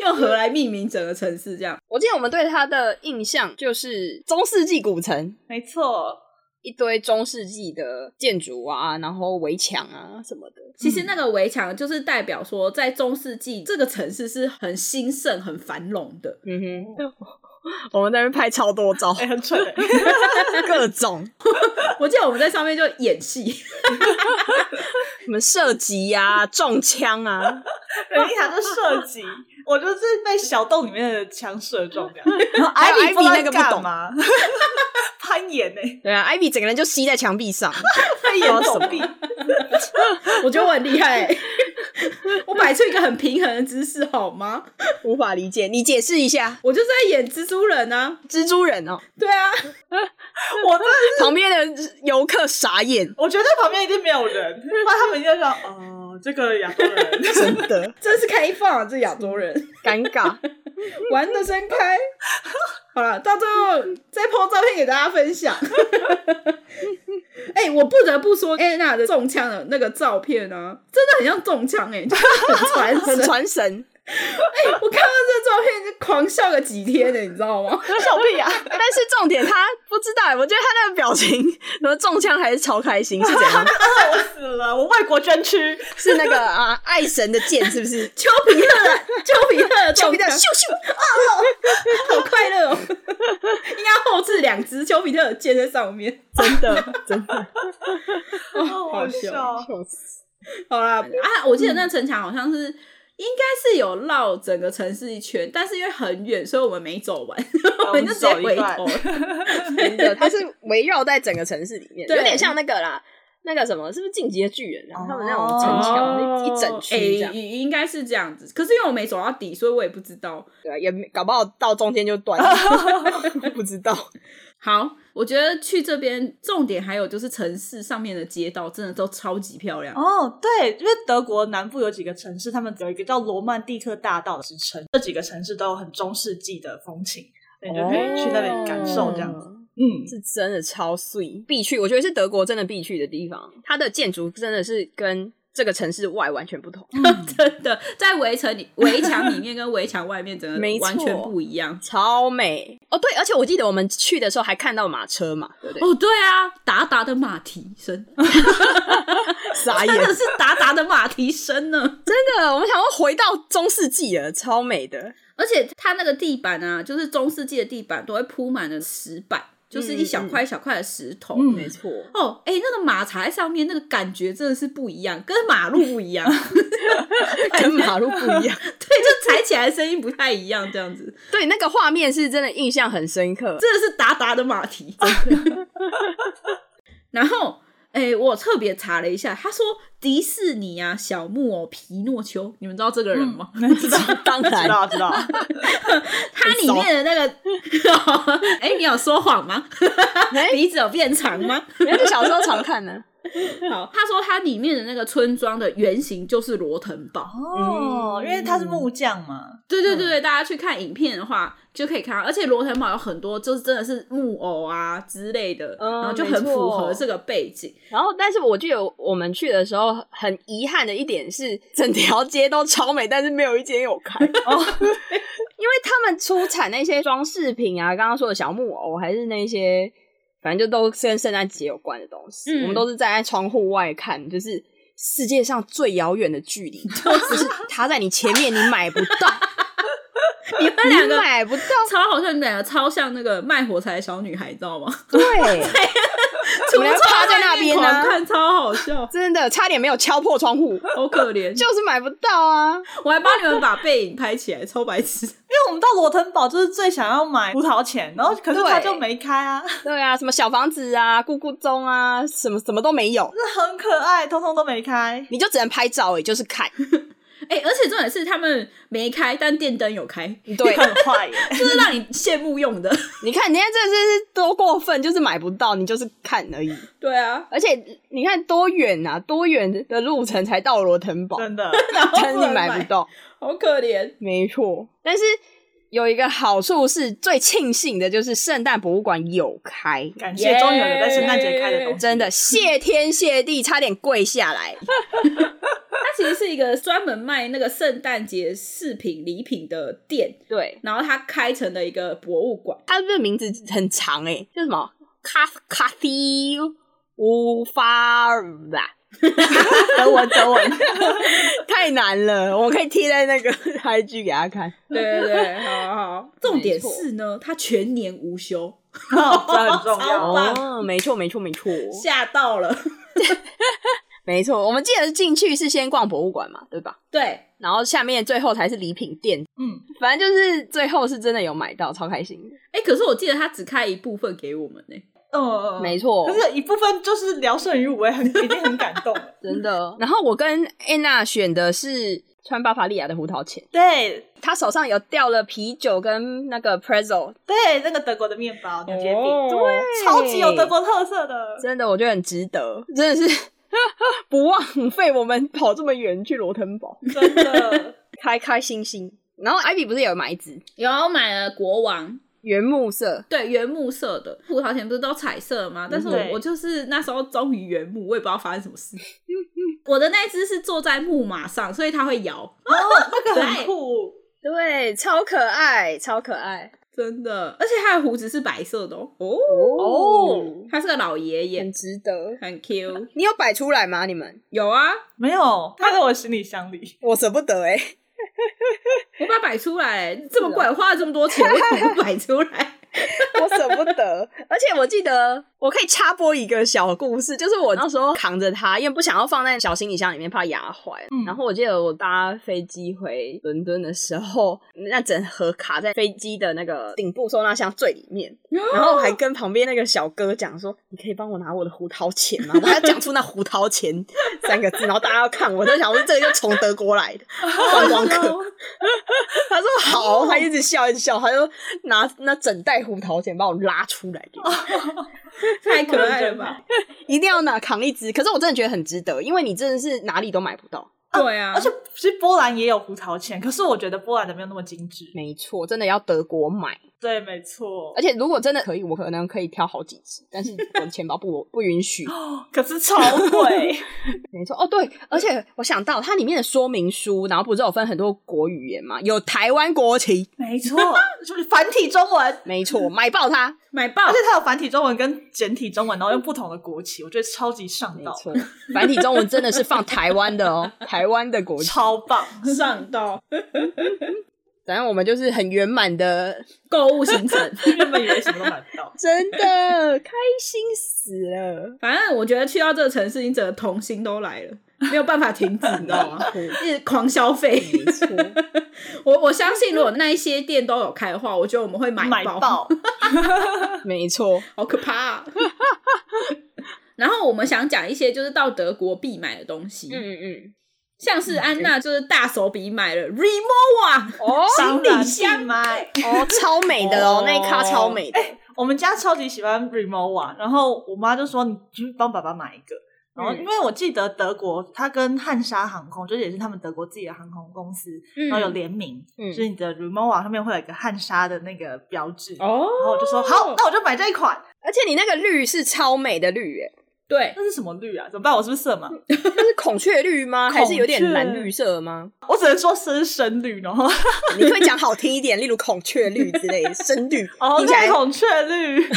[SPEAKER 2] 用河来命名整个城市这样。
[SPEAKER 4] 我记得我们对它的印象就是中世纪古城，
[SPEAKER 3] 没错，
[SPEAKER 4] 一堆中世纪的建筑啊，然后围墙啊什么的。
[SPEAKER 2] 其实那个围墙就是代表说，在中世纪这个城市是很兴盛、很繁荣的。
[SPEAKER 4] 嗯哼， 我们在那边拍超多照
[SPEAKER 3] 哎、，很蠢、欸。
[SPEAKER 4] 各种
[SPEAKER 2] 我记得我们在上面就演戏，
[SPEAKER 4] 什么射击 啊、中枪啊，
[SPEAKER 3] 人一想就射击，我就是被小洞里面的枪射中这样。然后
[SPEAKER 4] 还有
[SPEAKER 3] 艾比
[SPEAKER 4] Ivy 那个不懂
[SPEAKER 3] 吗？ 攀岩呢、 欸，
[SPEAKER 4] 对啊，艾比整个人就吸在墙壁上，
[SPEAKER 3] 攀岩手臂，
[SPEAKER 2] 我觉得我很厉害、欸我摆出一个很平衡的姿势好吗？
[SPEAKER 4] 无法理解，你解释一下，
[SPEAKER 2] 我就在演蜘蛛人啊，
[SPEAKER 4] 蜘蛛人哦，
[SPEAKER 2] 对啊，
[SPEAKER 3] 我真的，
[SPEAKER 4] 旁边的游客傻眼，
[SPEAKER 3] 我觉得旁边一定没有人，不然他们一定会说哦，这个亚洲人。
[SPEAKER 4] 真的
[SPEAKER 2] 真是开放啊，这亚洲人
[SPEAKER 4] 尴尬。
[SPEAKER 2] 玩的真开。好了，到最后再 po 照片给大家分享。哎、我不得不说，安娜的中枪的那个照片呢、真的很像中枪哎、就是很 传
[SPEAKER 4] 很
[SPEAKER 2] 神。
[SPEAKER 4] 传神，
[SPEAKER 2] 哎、我看到这照片就狂笑了几天欸的，你知道吗？
[SPEAKER 3] 笑屁啊！
[SPEAKER 4] 但是重点他不知道，我觉得他那个表情，什么中枪还是超开心，是怎 样？
[SPEAKER 3] 笑死了，我外国专区，
[SPEAKER 4] 是那个啊，爱神的剑是不是？
[SPEAKER 2] 丘比特的，丘比特的
[SPEAKER 4] 就
[SPEAKER 2] 中
[SPEAKER 4] 比较
[SPEAKER 2] 枪，
[SPEAKER 4] 咻咻，
[SPEAKER 2] 好快乐哦！应该后置两只丘比特的箭在上面，哦
[SPEAKER 4] 真 的真的，
[SPEAKER 3] 好
[SPEAKER 2] 好笑。
[SPEAKER 3] 笑。
[SPEAKER 4] 笑死！
[SPEAKER 2] 好啦，啊，我记得那城墙好像是。应该是有绕整个城市一圈，但是因为很远，所以我们没走完，我们就直接
[SPEAKER 3] 走一
[SPEAKER 2] 回
[SPEAKER 3] 段
[SPEAKER 2] 头。
[SPEAKER 4] 真的，它是围绕在整个城市里面，
[SPEAKER 2] 对
[SPEAKER 4] 有点像那个啦，那个什么，是不是进击的巨人啊？
[SPEAKER 3] 哦
[SPEAKER 4] 他们那种城墙一一整区这
[SPEAKER 2] 哎、
[SPEAKER 4] 样，
[SPEAKER 2] 应应该是这样子。可是因为我没走到底，所以我也不知道。
[SPEAKER 4] 对啊，也没搞不好到中间就断， 了，不知道。
[SPEAKER 2] 好，我觉得去这边重点还有就是城市上面的街道真的都超级漂亮。
[SPEAKER 3] 哦，对，因为德国南部有几个城市，他们有一个叫罗曼蒂克大道之称，这几个城市都有很中世纪的风情，所以你就可以哎去那边感受这样子。
[SPEAKER 4] 子。
[SPEAKER 3] 嗯，
[SPEAKER 4] 是真的超碎，必去。我觉得是德国真的必去的地方，它的建筑真的是跟这个城市外完全不同，
[SPEAKER 2] 真的，在围城里、围墙里面跟围墙外面，真
[SPEAKER 4] 没
[SPEAKER 2] 的
[SPEAKER 4] 错
[SPEAKER 2] 完全不一样。
[SPEAKER 4] 超美哦。对，而且我记得我们去的时候还看到马车嘛，对不对？
[SPEAKER 2] 哦，对啊，达达的马蹄声，
[SPEAKER 4] 傻眼，
[SPEAKER 2] 真的是达达的马蹄声呢。
[SPEAKER 4] 真的，我们想要回到中世纪了，超美的。
[SPEAKER 2] 而且它那个地板啊，就是中世纪的地板，都会铺满了石板，就是一小块一小块的石头。
[SPEAKER 3] 嗯
[SPEAKER 4] 没错，
[SPEAKER 2] 哦，哎、那个马踩在上面，那个感觉真的是不一样，跟马路不一样。
[SPEAKER 4] 跟马路不一样。
[SPEAKER 2] 对，就踩起来的声音不太一样，这样子
[SPEAKER 4] 对，那个画面是真的印象很深刻。
[SPEAKER 2] 真的是达达的马蹄。 然后，哎、我特别查了一下，他说迪士尼啊，小木偶皮诺丘，你们知道这个人吗？
[SPEAKER 4] 知道， 当
[SPEAKER 3] 知
[SPEAKER 4] 然，
[SPEAKER 3] 道知道，
[SPEAKER 2] 它里面的那个， 哎、你有说谎 吗？
[SPEAKER 4] 哎
[SPEAKER 2] 鼻子有变长吗？
[SPEAKER 4] 那是小时候常看的。
[SPEAKER 2] 好，他说它里面的那个村庄的原型就是罗腾堡。
[SPEAKER 3] 哦，因为他是
[SPEAKER 4] 嗯
[SPEAKER 3] 木匠嘛，
[SPEAKER 2] 对对对对，大家去看影片的话就可以看到，而且罗腾堡有很多就是真的是木偶啊之类的，
[SPEAKER 4] 嗯
[SPEAKER 2] 然后就
[SPEAKER 4] 没
[SPEAKER 2] 很符
[SPEAKER 4] 错
[SPEAKER 2] 合这个背 景。
[SPEAKER 4] 然后，但是我记得我们去的时候，很遗憾的一点是，整条街都超美，但是没有一间有 开。哦，因为他们出产那些装饰品啊，刚刚说的小木偶，还是那些，反正就都是跟圣诞节有关的东西。
[SPEAKER 2] 嗯
[SPEAKER 4] 我们都是站在窗户外看，就是世界上最遥远的距 离，就是它在你前面，你买不到，
[SPEAKER 2] 你们两
[SPEAKER 4] 你
[SPEAKER 2] 个
[SPEAKER 4] 买不 到。
[SPEAKER 2] 超好像你们两个超像那个卖火柴的小女孩，知道吗？
[SPEAKER 4] 对，
[SPEAKER 2] 我
[SPEAKER 4] 我们要趴在那边呢、啊
[SPEAKER 2] 看超好笑，
[SPEAKER 4] 真的差点没有敲破窗户，
[SPEAKER 2] 好可怜。
[SPEAKER 4] 就是买不到啊。
[SPEAKER 2] 我还帮你们把背影拍起来，超白痴。
[SPEAKER 3] 因为我们到罗腾堡就是最想要买葡萄钱，然后可是他
[SPEAKER 4] 对
[SPEAKER 3] 就没开啊，
[SPEAKER 4] 对啊，什么小房子啊、咕咕钟啊，什么什么都没有，
[SPEAKER 3] 这很可爱，通通都没开。
[SPEAKER 4] 你就只能拍照而已，就是看。
[SPEAKER 2] 哎、而且重点是他们没开，但电灯有 开，
[SPEAKER 4] 对，
[SPEAKER 3] 很坏耶！
[SPEAKER 2] 就是让你羡慕用的。
[SPEAKER 4] 你看人家这是多过分，就是买不到，你就是看而已。
[SPEAKER 2] 对啊，
[SPEAKER 4] 而且你看多远啊，多远的路程才到罗腾堡，
[SPEAKER 3] 真的，
[SPEAKER 2] 然后
[SPEAKER 4] 但是
[SPEAKER 2] 能
[SPEAKER 4] 买不，到。
[SPEAKER 2] 好可怜。
[SPEAKER 4] 没错，但是有一个好处是最庆幸的就是圣诞博物馆有开，
[SPEAKER 3] 感谢终于有人在圣诞节开的东西，
[SPEAKER 4] 真的谢天谢地，差点跪下来。
[SPEAKER 2] 它其实是一个专门卖那个圣诞节饰品礼品的店，
[SPEAKER 4] 对，
[SPEAKER 2] 然后它开成了一个博物馆。
[SPEAKER 4] 他这个名字很长哎、叫什么卡卡西乌发吧？
[SPEAKER 3] 德文德文，
[SPEAKER 4] 太难了，我可以贴在那个 IG 给他看。
[SPEAKER 2] 对 对对，好好。重点是呢，它全年无休，
[SPEAKER 3] 哦这很重要。
[SPEAKER 2] 好棒
[SPEAKER 4] 哦，没错，没错，没错，
[SPEAKER 2] 吓到了。
[SPEAKER 4] 没错。我们记得进去是先逛博物馆嘛，对吧？
[SPEAKER 2] 对，
[SPEAKER 4] 然后下面最后才是礼品店，
[SPEAKER 3] 嗯，
[SPEAKER 4] 反正就是最后是真的有买到，超开心的。
[SPEAKER 2] 哎，可是我记得它只开一部分给我们呢、
[SPEAKER 3] 嗯，
[SPEAKER 4] 没错
[SPEAKER 3] 可，是一部分就是聊胜于无，我也很一定很感动。
[SPEAKER 4] 真的。然后我跟安娜选的是穿巴伐利亚的胡桃钳，
[SPEAKER 3] 对
[SPEAKER 4] 她手上有掉了啤酒跟那个 pretzel，
[SPEAKER 3] 对，那个德国的面包牛结饼，
[SPEAKER 4] 哦
[SPEAKER 2] 对
[SPEAKER 3] 超级有德国特色的。
[SPEAKER 4] 真的我觉得很值得，真的是 不枉费我们跑这么远去罗腾堡，
[SPEAKER 3] 真的，
[SPEAKER 4] 开开心心。然后艾比不是也有买一只
[SPEAKER 2] 有啊买了国王，
[SPEAKER 4] 原木色，
[SPEAKER 2] 对原木色的葡萄甜不是都彩色吗？但是我
[SPEAKER 3] 对
[SPEAKER 2] 我就是那时候终于原木，我也不知道发生什么 事。我的那只是坐在木马上，所以它会摇，
[SPEAKER 3] 哦，那个很酷，
[SPEAKER 4] 对，超可爱，超可爱
[SPEAKER 2] 真的，而且它的胡子是白色的哦，哦
[SPEAKER 4] 哦，
[SPEAKER 2] 它是个老爷爷
[SPEAKER 4] 很，值得。
[SPEAKER 2] 很 Q。
[SPEAKER 4] 你有摆出来吗？你们？
[SPEAKER 2] 有啊，
[SPEAKER 3] 没有，它在我行李箱里。
[SPEAKER 4] 我舍不得哎、
[SPEAKER 2] 我把它摆出来，这么贵，花了这么多钱，为什么不摆出 来？
[SPEAKER 4] 我舍不得。而且我记得，我可以插播一个小故事，就是我那时候扛着它，因为不想要放在小行李箱里面，怕压坏。
[SPEAKER 3] 嗯
[SPEAKER 4] 然后我记得我搭飞机回伦敦的时候，那整盒卡在飞机的那个顶部收纳箱最里面，然后还跟旁边那个小哥讲说：“你可以帮我拿我的胡桃钳吗？”我还要讲出那“胡桃钳”三个字，然后大家要看我，就想说这个就从德国来的 观光客。他说好，他一直笑一直笑，他就拿那整袋胡桃钳把我拉出来给我，
[SPEAKER 2] 太可爱了吧？
[SPEAKER 4] 一定要拿扛一只。可是我真的觉得很值得，因为你真的是哪里都买不到。
[SPEAKER 2] 对啊，
[SPEAKER 3] 而且其实波兰也有胡桃钳，可是我觉得波兰的没有那么精致。
[SPEAKER 4] 没错，真的要德国买。
[SPEAKER 3] 对，没错
[SPEAKER 4] 而。且如果真的可以，我可能可以挑好几只，但是我的钱包不不允许。
[SPEAKER 3] 可是超贵，
[SPEAKER 4] 没错，哦对，而且我想到它里面的说明书，然后不是有分很多国语言嘛，有台湾国旗，
[SPEAKER 3] 没错，是不是繁体中 文？
[SPEAKER 4] 没错，买爆它，
[SPEAKER 2] 买爆
[SPEAKER 3] 而且，它有繁体中文跟简体中文，然后用不同的国旗，我觉得超级上
[SPEAKER 4] 没
[SPEAKER 3] 道，
[SPEAKER 4] 错，繁体中文真的是放台湾的哦，台湾的国旗。
[SPEAKER 3] 超棒。
[SPEAKER 2] 上到
[SPEAKER 4] 反正我们就是很圆满的
[SPEAKER 2] 购物行程。
[SPEAKER 3] 原本以为什么都买不到，
[SPEAKER 4] 真的开心死了，
[SPEAKER 2] 反正我觉得去到这个城市，你整个童心都来了，没有办法停止，你知道吗？一直狂消费。
[SPEAKER 4] 没错，
[SPEAKER 2] 我我相信，如果那一些店都有开的话，我觉得我们会买
[SPEAKER 3] 买
[SPEAKER 2] 爆，
[SPEAKER 3] 爆，
[SPEAKER 4] 没错，
[SPEAKER 2] 好可怕、啊。 然后我们想讲一些就是到德国必买的东西，
[SPEAKER 4] 嗯
[SPEAKER 2] 像是安娜就是大手笔买了 Remova，
[SPEAKER 4] 嗯，哦
[SPEAKER 3] 行
[SPEAKER 2] 李
[SPEAKER 3] 李
[SPEAKER 2] 箱
[SPEAKER 3] 箱买。
[SPEAKER 4] 哦，超美的哦哎
[SPEAKER 3] 哦，
[SPEAKER 4] 那一咖超美的，
[SPEAKER 3] 我们家超级喜欢 Remova，然后我妈就说你去帮爸爸买一个。然后，
[SPEAKER 2] 嗯
[SPEAKER 3] 因为我记得德国，它跟汉莎航空，就是也是他们德国自己的航空公司，然后有联名，
[SPEAKER 4] 嗯
[SPEAKER 3] 就是你的 Remova 上面会有一个汉莎的那个标志。
[SPEAKER 2] 哦，
[SPEAKER 3] 然后我就说好，那我就买这一款。
[SPEAKER 4] 而且你那个绿是超美的绿，哎，
[SPEAKER 2] 对，
[SPEAKER 3] 那是什么绿啊？怎么办？我是不是色盲？
[SPEAKER 4] 那是孔雀绿吗？还是有点
[SPEAKER 3] 孔雀
[SPEAKER 4] 蓝绿色吗？
[SPEAKER 3] 我只能说深深绿，然后
[SPEAKER 4] 你可不可以讲好听一点，例如孔雀绿之类，深 绿，
[SPEAKER 3] 哦，
[SPEAKER 4] 听起来
[SPEAKER 3] 那孔雀绿、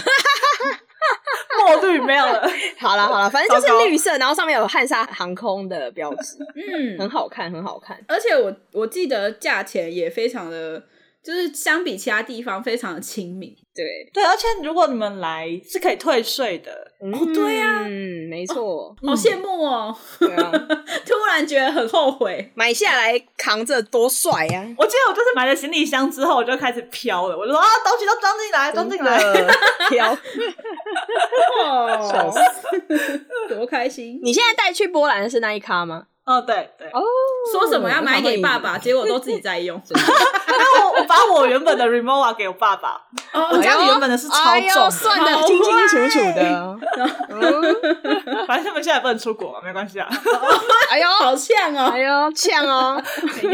[SPEAKER 3] 墨绿没有了。
[SPEAKER 4] 好啦好啦，反正就
[SPEAKER 3] 糟
[SPEAKER 4] 是
[SPEAKER 3] 糕
[SPEAKER 4] 绿色，然后上面有汉莎航空的标志，
[SPEAKER 2] 嗯，
[SPEAKER 4] 很好看，很好看，
[SPEAKER 2] 而且我我记得价钱也非常的，就是相比其他地方非常的亲民。
[SPEAKER 4] 对，
[SPEAKER 3] 对，而且如果你们来是可以退税的，
[SPEAKER 4] 哦
[SPEAKER 2] 对啊
[SPEAKER 4] 嗯，没错，
[SPEAKER 2] 好羡慕哦！
[SPEAKER 4] 对啊。
[SPEAKER 2] 突然觉得很后悔，
[SPEAKER 4] 买下来扛着多帅啊呀、
[SPEAKER 3] 我记得我就是买了行李箱之后，我就开始飘了，我就说啊，东西都装进来，
[SPEAKER 4] 啊！
[SPEAKER 3] 装进来。
[SPEAKER 4] 挑，笑
[SPEAKER 2] 哦
[SPEAKER 4] 死，
[SPEAKER 2] 多开心！
[SPEAKER 4] 你现在带去波兰的是那一咖吗？
[SPEAKER 3] 嗯，对对。
[SPEAKER 4] 哦，
[SPEAKER 2] 说什么要买给爸爸，结果都自己在 用。
[SPEAKER 3] 然后我我把我原本的 Remova 给我爸爸，
[SPEAKER 2] 哦
[SPEAKER 4] 哎
[SPEAKER 3] 我
[SPEAKER 4] 呦
[SPEAKER 3] 家里原本的是超
[SPEAKER 4] 哎呦，
[SPEAKER 3] 重，
[SPEAKER 4] 算的清清楚楚 的。嗯
[SPEAKER 3] 反正他们现在也不能出国嘛，没关系啊。
[SPEAKER 4] 哎呦，
[SPEAKER 2] 好像
[SPEAKER 4] 哎
[SPEAKER 2] 哦，
[SPEAKER 4] 呦，呛哦，
[SPEAKER 3] 没 有，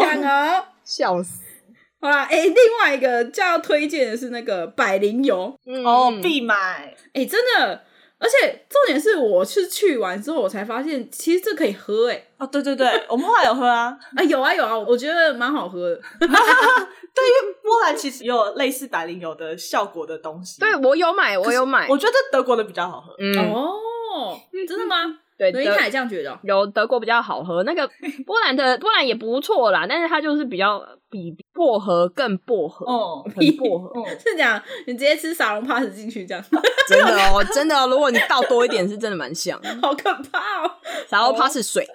[SPEAKER 2] 像哦。
[SPEAKER 4] 笑死！
[SPEAKER 2] 好啦，哎、另外一个就要推荐的是那个百灵油，
[SPEAKER 4] 嗯
[SPEAKER 3] 哦，必买，
[SPEAKER 2] 哎、真的，而且重点是我是去完之后我才发现，其实这可以喝、哎，
[SPEAKER 3] 哦，对对对，我们后来有喝 啊。
[SPEAKER 2] 啊有啊有啊，我觉得蛮好喝的。
[SPEAKER 3] 波兰其实也有类似百灵油的效果的东西，
[SPEAKER 4] 对我有买，我有买，
[SPEAKER 3] 我觉得德国的比较好喝。
[SPEAKER 4] 嗯，
[SPEAKER 2] 哦，真的吗？
[SPEAKER 4] 对
[SPEAKER 2] 所以凯
[SPEAKER 4] 的。
[SPEAKER 2] 这样觉得哦、
[SPEAKER 4] 有德国比较好喝，那 个波兰的波兰也不错啦，但是它就是比较比薄荷更薄荷，
[SPEAKER 3] 嗯
[SPEAKER 4] 很薄荷，
[SPEAKER 3] 嗯，
[SPEAKER 2] 是这样，你直接吃沙龙 pass 进去这样，
[SPEAKER 4] 真的哦，真的哦，如果你倒多一点，是真的蛮像的。
[SPEAKER 2] 好可怕 哦！
[SPEAKER 4] 然后怕是 水。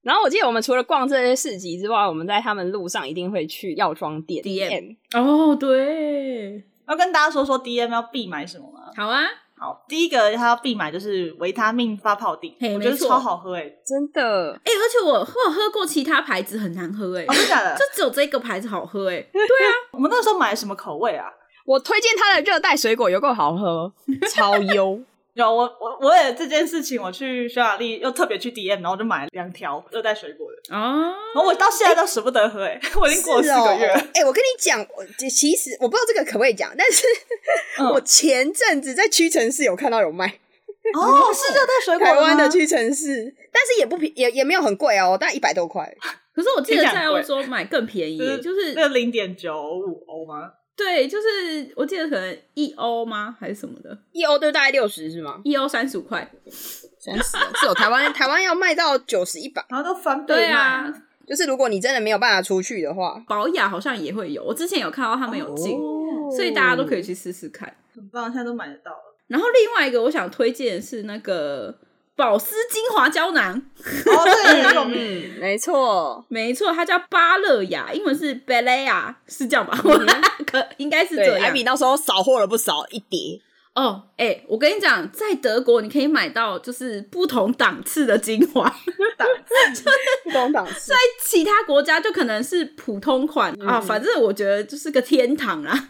[SPEAKER 4] 然后我记得我们除了逛这些市哎集之外，我们在他们路上一定会去药妆店
[SPEAKER 2] DM 哦，对，
[SPEAKER 3] 要跟大家说说 DM 要必买什么吗？
[SPEAKER 2] 好啊，
[SPEAKER 3] 好，第一个它要必买就是维他命发泡锭，
[SPEAKER 2] 嘿
[SPEAKER 3] 我觉
[SPEAKER 2] 没
[SPEAKER 3] 得
[SPEAKER 2] 错
[SPEAKER 3] 超好喝哎、欸，
[SPEAKER 4] 真的，
[SPEAKER 2] 哎、而且我我有喝过其他牌子很难喝哎、
[SPEAKER 3] 哦，真的假 的
[SPEAKER 2] 就？只有这个牌子好喝哎、
[SPEAKER 3] 我们那时候买什么口味啊？
[SPEAKER 4] 我推荐它的热带水果有够好喝，超 优。
[SPEAKER 3] 有我我我也这件事情，我去匈牙利又特别去 DM，然后我就买了两条热带水果的，
[SPEAKER 2] 哦，
[SPEAKER 3] 然后我到现在都舍不得喝哎、欸， 我已经过了四个月了。
[SPEAKER 4] 哎、我跟你讲，我其实我不知道这个可不可以讲，但是、
[SPEAKER 3] 嗯
[SPEAKER 4] 我前阵子在屈臣氏有看到有卖
[SPEAKER 3] 哦，是热带水果
[SPEAKER 4] 台湾的
[SPEAKER 3] 吗
[SPEAKER 4] 屈臣氏，但是也不便，也也没有很贵哦，大概一百多块。
[SPEAKER 2] 可是我记得
[SPEAKER 3] 听起来
[SPEAKER 2] 在
[SPEAKER 3] 很贵
[SPEAKER 2] 欧洲买更便宜、
[SPEAKER 3] 就是
[SPEAKER 2] 就是
[SPEAKER 3] 那零点九五欧吗？
[SPEAKER 2] 对，就是我记得可能一欧吗还是什么的，
[SPEAKER 4] 一欧就大概六十是吗？
[SPEAKER 2] 一欧三十五块。
[SPEAKER 4] 三十啊是有哦台湾台湾要卖到九十一百，
[SPEAKER 3] 然后都翻倍
[SPEAKER 2] 对
[SPEAKER 3] 卖
[SPEAKER 2] 啊，
[SPEAKER 4] 就是如果你真的没有办法出去的话，
[SPEAKER 2] 保雅好像也会有，我之前有看到他们有进，
[SPEAKER 3] 哦
[SPEAKER 2] 所以大家都可以去试试看。
[SPEAKER 3] 很棒，现在都买得到了。
[SPEAKER 2] 然后另外一个我想推荐的是那个保湿精华胶囊，
[SPEAKER 3] 哦，这个也很有名。
[SPEAKER 4] 嗯，没错，
[SPEAKER 2] 没错，它叫芭乐雅，英文是 b e l e a 是这样吧？
[SPEAKER 3] 嗯
[SPEAKER 2] 我 可应该是这
[SPEAKER 4] 对，
[SPEAKER 2] 样
[SPEAKER 4] 艾。比到时候少货了不少一叠，
[SPEAKER 2] 哦，哎、我跟你讲，在德国你可以买到就是不同档次的精华，
[SPEAKER 4] 不懂档次。
[SPEAKER 2] 在其他国家就可能是普通款、啊，反正我觉得就是个天堂啊 啦。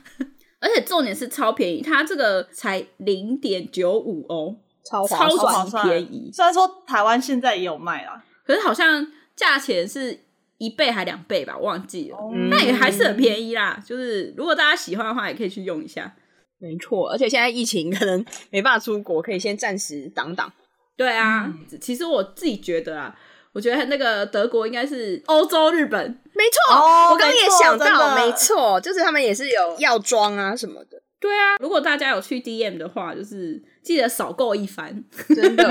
[SPEAKER 2] 而且重点是超便宜，它这个才零点九五欧，
[SPEAKER 4] 超划
[SPEAKER 2] 超
[SPEAKER 4] 算，
[SPEAKER 3] 划
[SPEAKER 2] 级
[SPEAKER 3] 算
[SPEAKER 2] 便宜。
[SPEAKER 3] 虽然说台湾现在也有卖啦，
[SPEAKER 2] 可是好像价钱是一倍还两倍吧，忘记了。
[SPEAKER 4] 嗯
[SPEAKER 2] 那也还是很便宜啦，就是如果大家喜欢的话，也可以去用一下。
[SPEAKER 4] 没错，而且现在疫情可能没办法出国，可以先暂时挡挡。
[SPEAKER 2] 对啊，其实我自己觉得啊，我觉得那个德国应该是欧洲、日本，
[SPEAKER 4] 没错，
[SPEAKER 3] 哦
[SPEAKER 4] 我刚刚也想到，
[SPEAKER 3] 没错真的
[SPEAKER 4] 没错，就是他们也是有药妆啊什么的，
[SPEAKER 2] 对啊，如果大家有去 DM 的话，就是记得少购一番。
[SPEAKER 4] 真 的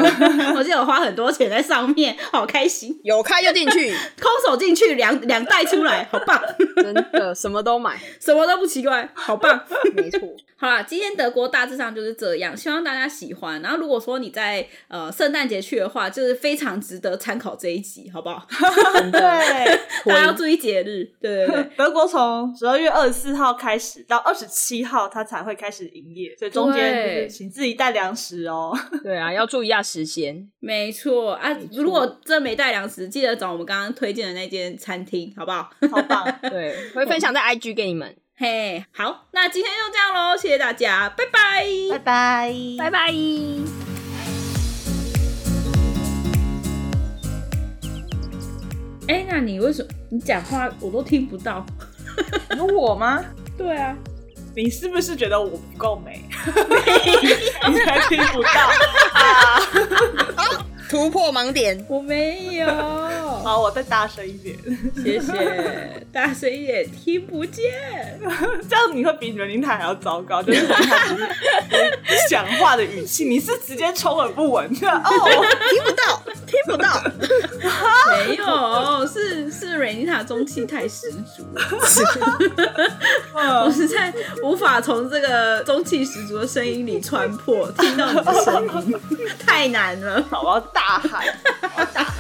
[SPEAKER 2] 我记得我花很多钱在上面，好开心，
[SPEAKER 4] 有开就进去，
[SPEAKER 2] 空手进去两两袋出来，好棒，
[SPEAKER 4] 真的什么都买，
[SPEAKER 2] 什么都不奇怪，好棒。
[SPEAKER 4] 没错，
[SPEAKER 2] 好啦，今天德国大致上就是这样，希望大家喜欢。然后如果说你在呃圣诞节去的话，就是非常值得参考这一集，好不好？
[SPEAKER 4] 真的。
[SPEAKER 3] 对，
[SPEAKER 2] 大家要注意节日，对对 对。
[SPEAKER 3] 德国从十二月二十四号开始到二十七号，它才会开始营业，所以中间就
[SPEAKER 2] 对
[SPEAKER 3] 是请自己带粮食哦。
[SPEAKER 4] 对啊，要注意一下时间。
[SPEAKER 2] 没错啊，
[SPEAKER 4] 错
[SPEAKER 2] 如果真没带粮食，记得找我们刚刚推荐的那间餐厅，好不好？
[SPEAKER 3] 好棒，
[SPEAKER 4] 对，会分享在 IG 给你们，
[SPEAKER 2] 嘿、好，那今天就这样喽，谢谢大家，拜拜。
[SPEAKER 3] 拜拜，
[SPEAKER 4] 拜拜。
[SPEAKER 2] 哎、那你为什么你讲话我都听不到？
[SPEAKER 3] 你说我吗？
[SPEAKER 2] 对啊，
[SPEAKER 3] 你是不是觉得我不够美？ 你才听不到。
[SPEAKER 4] 突破盲点，
[SPEAKER 2] 我没有，
[SPEAKER 3] 好，我再大声一点，
[SPEAKER 2] 谢谢，大声一点，听不 见。
[SPEAKER 3] 这样你会比袁林台还要糟糕。就是袁林台只是你讲话的语气，你是直接充耳不闻的哦。
[SPEAKER 4] 听不到，听不 到，
[SPEAKER 2] 没有，哦是是瑞妮塔中气太十足了， 我
[SPEAKER 3] 嗯
[SPEAKER 2] 实在无法从这个中气十足的声音 里穿破，听到你的声音，太难了。
[SPEAKER 3] 好，我要大喊，我要大喊。